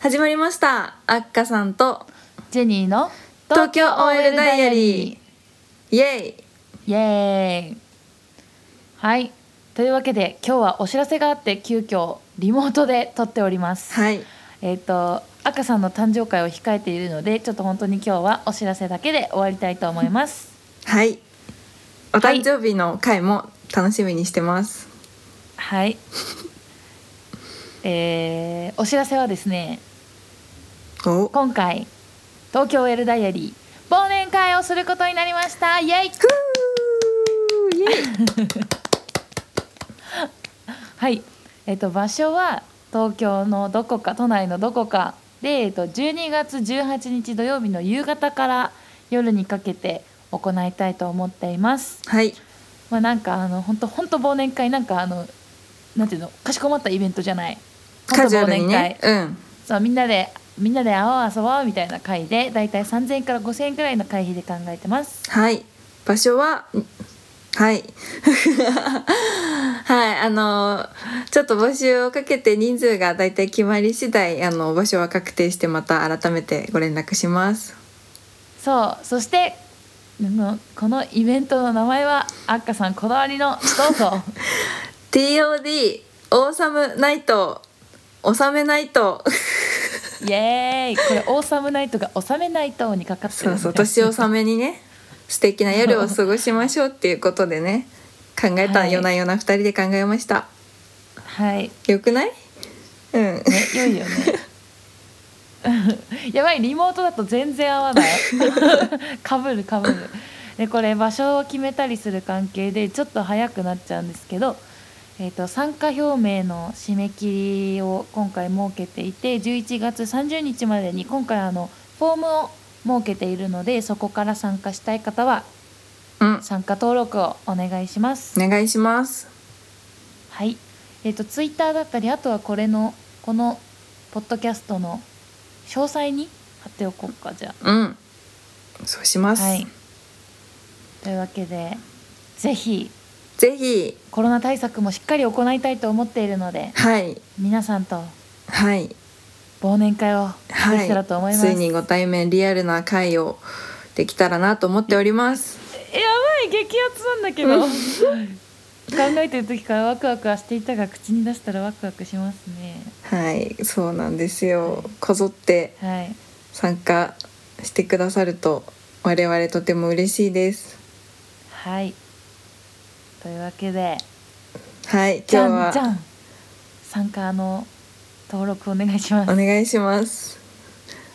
始まりましたあっかさんとジェニーの東京 OL ダイアリーイエイーイエーイはいというわけで今日はお知らせがあって急遽リモートで撮っております、はいえっ、と赤さんの誕生会を控えているのでちょっと本当に今日はお知らせだけで終わりたいと思いますはいおはい誕生日の回も楽しみにしてますはいえー、お知らせはですねお今回東京 OL ダイアリー忘年会をすることになりましたイエイふーイエイはい、えっと場所は東京のどこか都内のどこかで、えっと12月18日土曜日の夕方から夜にかけて行いたいと思っています。はいまあ、なんかあの本当本当忘年会なんかあのなんていうのかしこまったイベントじゃない。ほんとカジュアルに忘年ね会うんそうみんなでみんなで会おう遊ぼうみたいな会でだいたい3000円から5000円くらいの会費で考えてます。はい場所ははい はいあのちょっと募集をかけて人数がだいたい決まり次第あの場所は確定してまた改めてご連絡しますそうそしてあのこのイベントの名前はあっかさんこだわりのどうぞ。 TOD オーサムナイト納めナイトイエーイこれ「オーサムナイト」が「納めナイト」にかかってるそんうでそう年納めにね素敵な夜を過ごしましょうっていうことでね考えた、はい夜な夜な2人で考えましたはいねよくないうん良いよね やばいリモートだと全然合わない かぶるかぶるでこれ場所を決めたりする関係でちょっと早くなっちゃうんですけど、えー、と参加表明の締め切りを今回設けていて11月30日までに今回あのフォームを設けているのでそこから参加したい方はうん参加登録をお願いします。お願いしますはい。えっ、とツイッターだったりあとはこれのこのポッドキャストの詳細に貼っておこうかじゃうんそうしまあ。す、はい。というわけでぜひぜひコロナ対策もしっかり行いたいと思っているのではい皆さんとはい忘年会をではきたらと思いいます。ついにご対面リアルな会をできたらなと思っておりますえやばい激アツなんだけど。 考えてる時からワクワクはしていたが口に出したらワクワクしますね。はいそうなんですよこぞってはい。参加してくださると我々とても嬉しいですはい。というわけで。はいじ今日ゃんじゃはん参加の登録お願いします。お願いします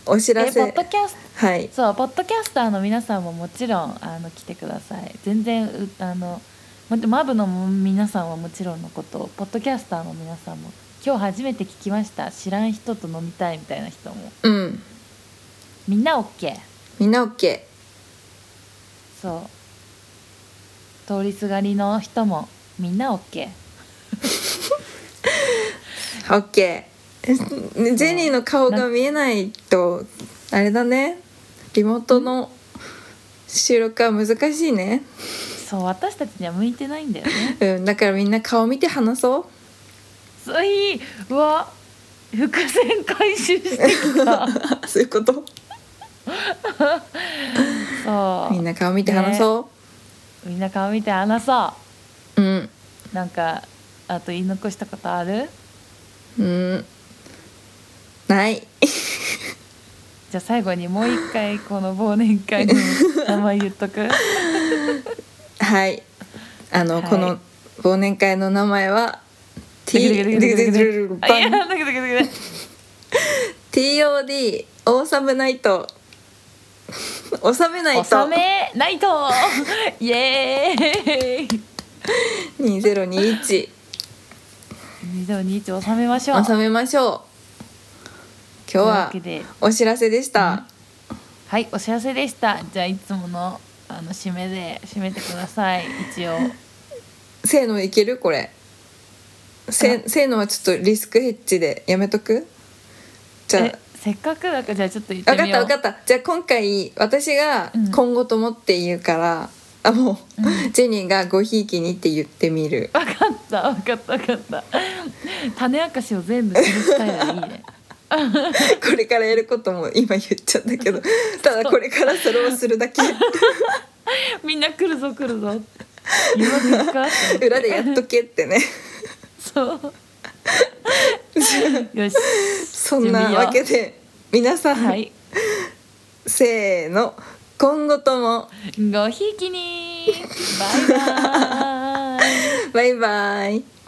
お知えらポせッドキャスはいそうポッドキャスターの皆さんももちろんあの来てください。全然うあのもマブの皆さんはもちろんのことポッドキャスターの皆さんも今日初めて聞きました知らん人と飲みたいみたいな人もうんみんな OK みんな OK そう通りすがりの人もみんな OK オッケージェニーの顔が見えないとあれだねリモートの収録は難しいね、そう私たちには向いてないんだよねうん、だからみんな顔見て話そう ついうわ伏線回収してき たそういうことそうみんな顔見て話そ、みんな顔見て話そううなんかあと言い残したことあるうんうんないじゃあ最後にもう一回この忘年会 の名前言っとくはい。あの、はいこの忘年会の名前は T あいやだけどだけどだけど TOD オーサムナイト納めない納とめないとイエーイ2021 2021納めましょう納めましょう。とい今う日わはけでお知らせでした。はいお知らせでしたじゃあいつものあの締めで締めてください一応せーのいけるこれ。せせーのはちょっとリスクヘッジでやめとく。じゃあえ。せっかくだからじゃあちょっと言って分みかっよたう分かったじゃあ今回私がうん今後と思って言うから、あもう、う ジェニーがごひいきにって言ってみ るわかったわかったわかった種明かしを全部するスタイルでいいねこれからやることも今言っちゃったけ どただこれからそれをするだけみんな来るぞ来るぞ言うわけですかって裏でやっとけって ねそうよしそんなわけで皆さん、はいせーの今後ともごひいきにバイバイバイバイ。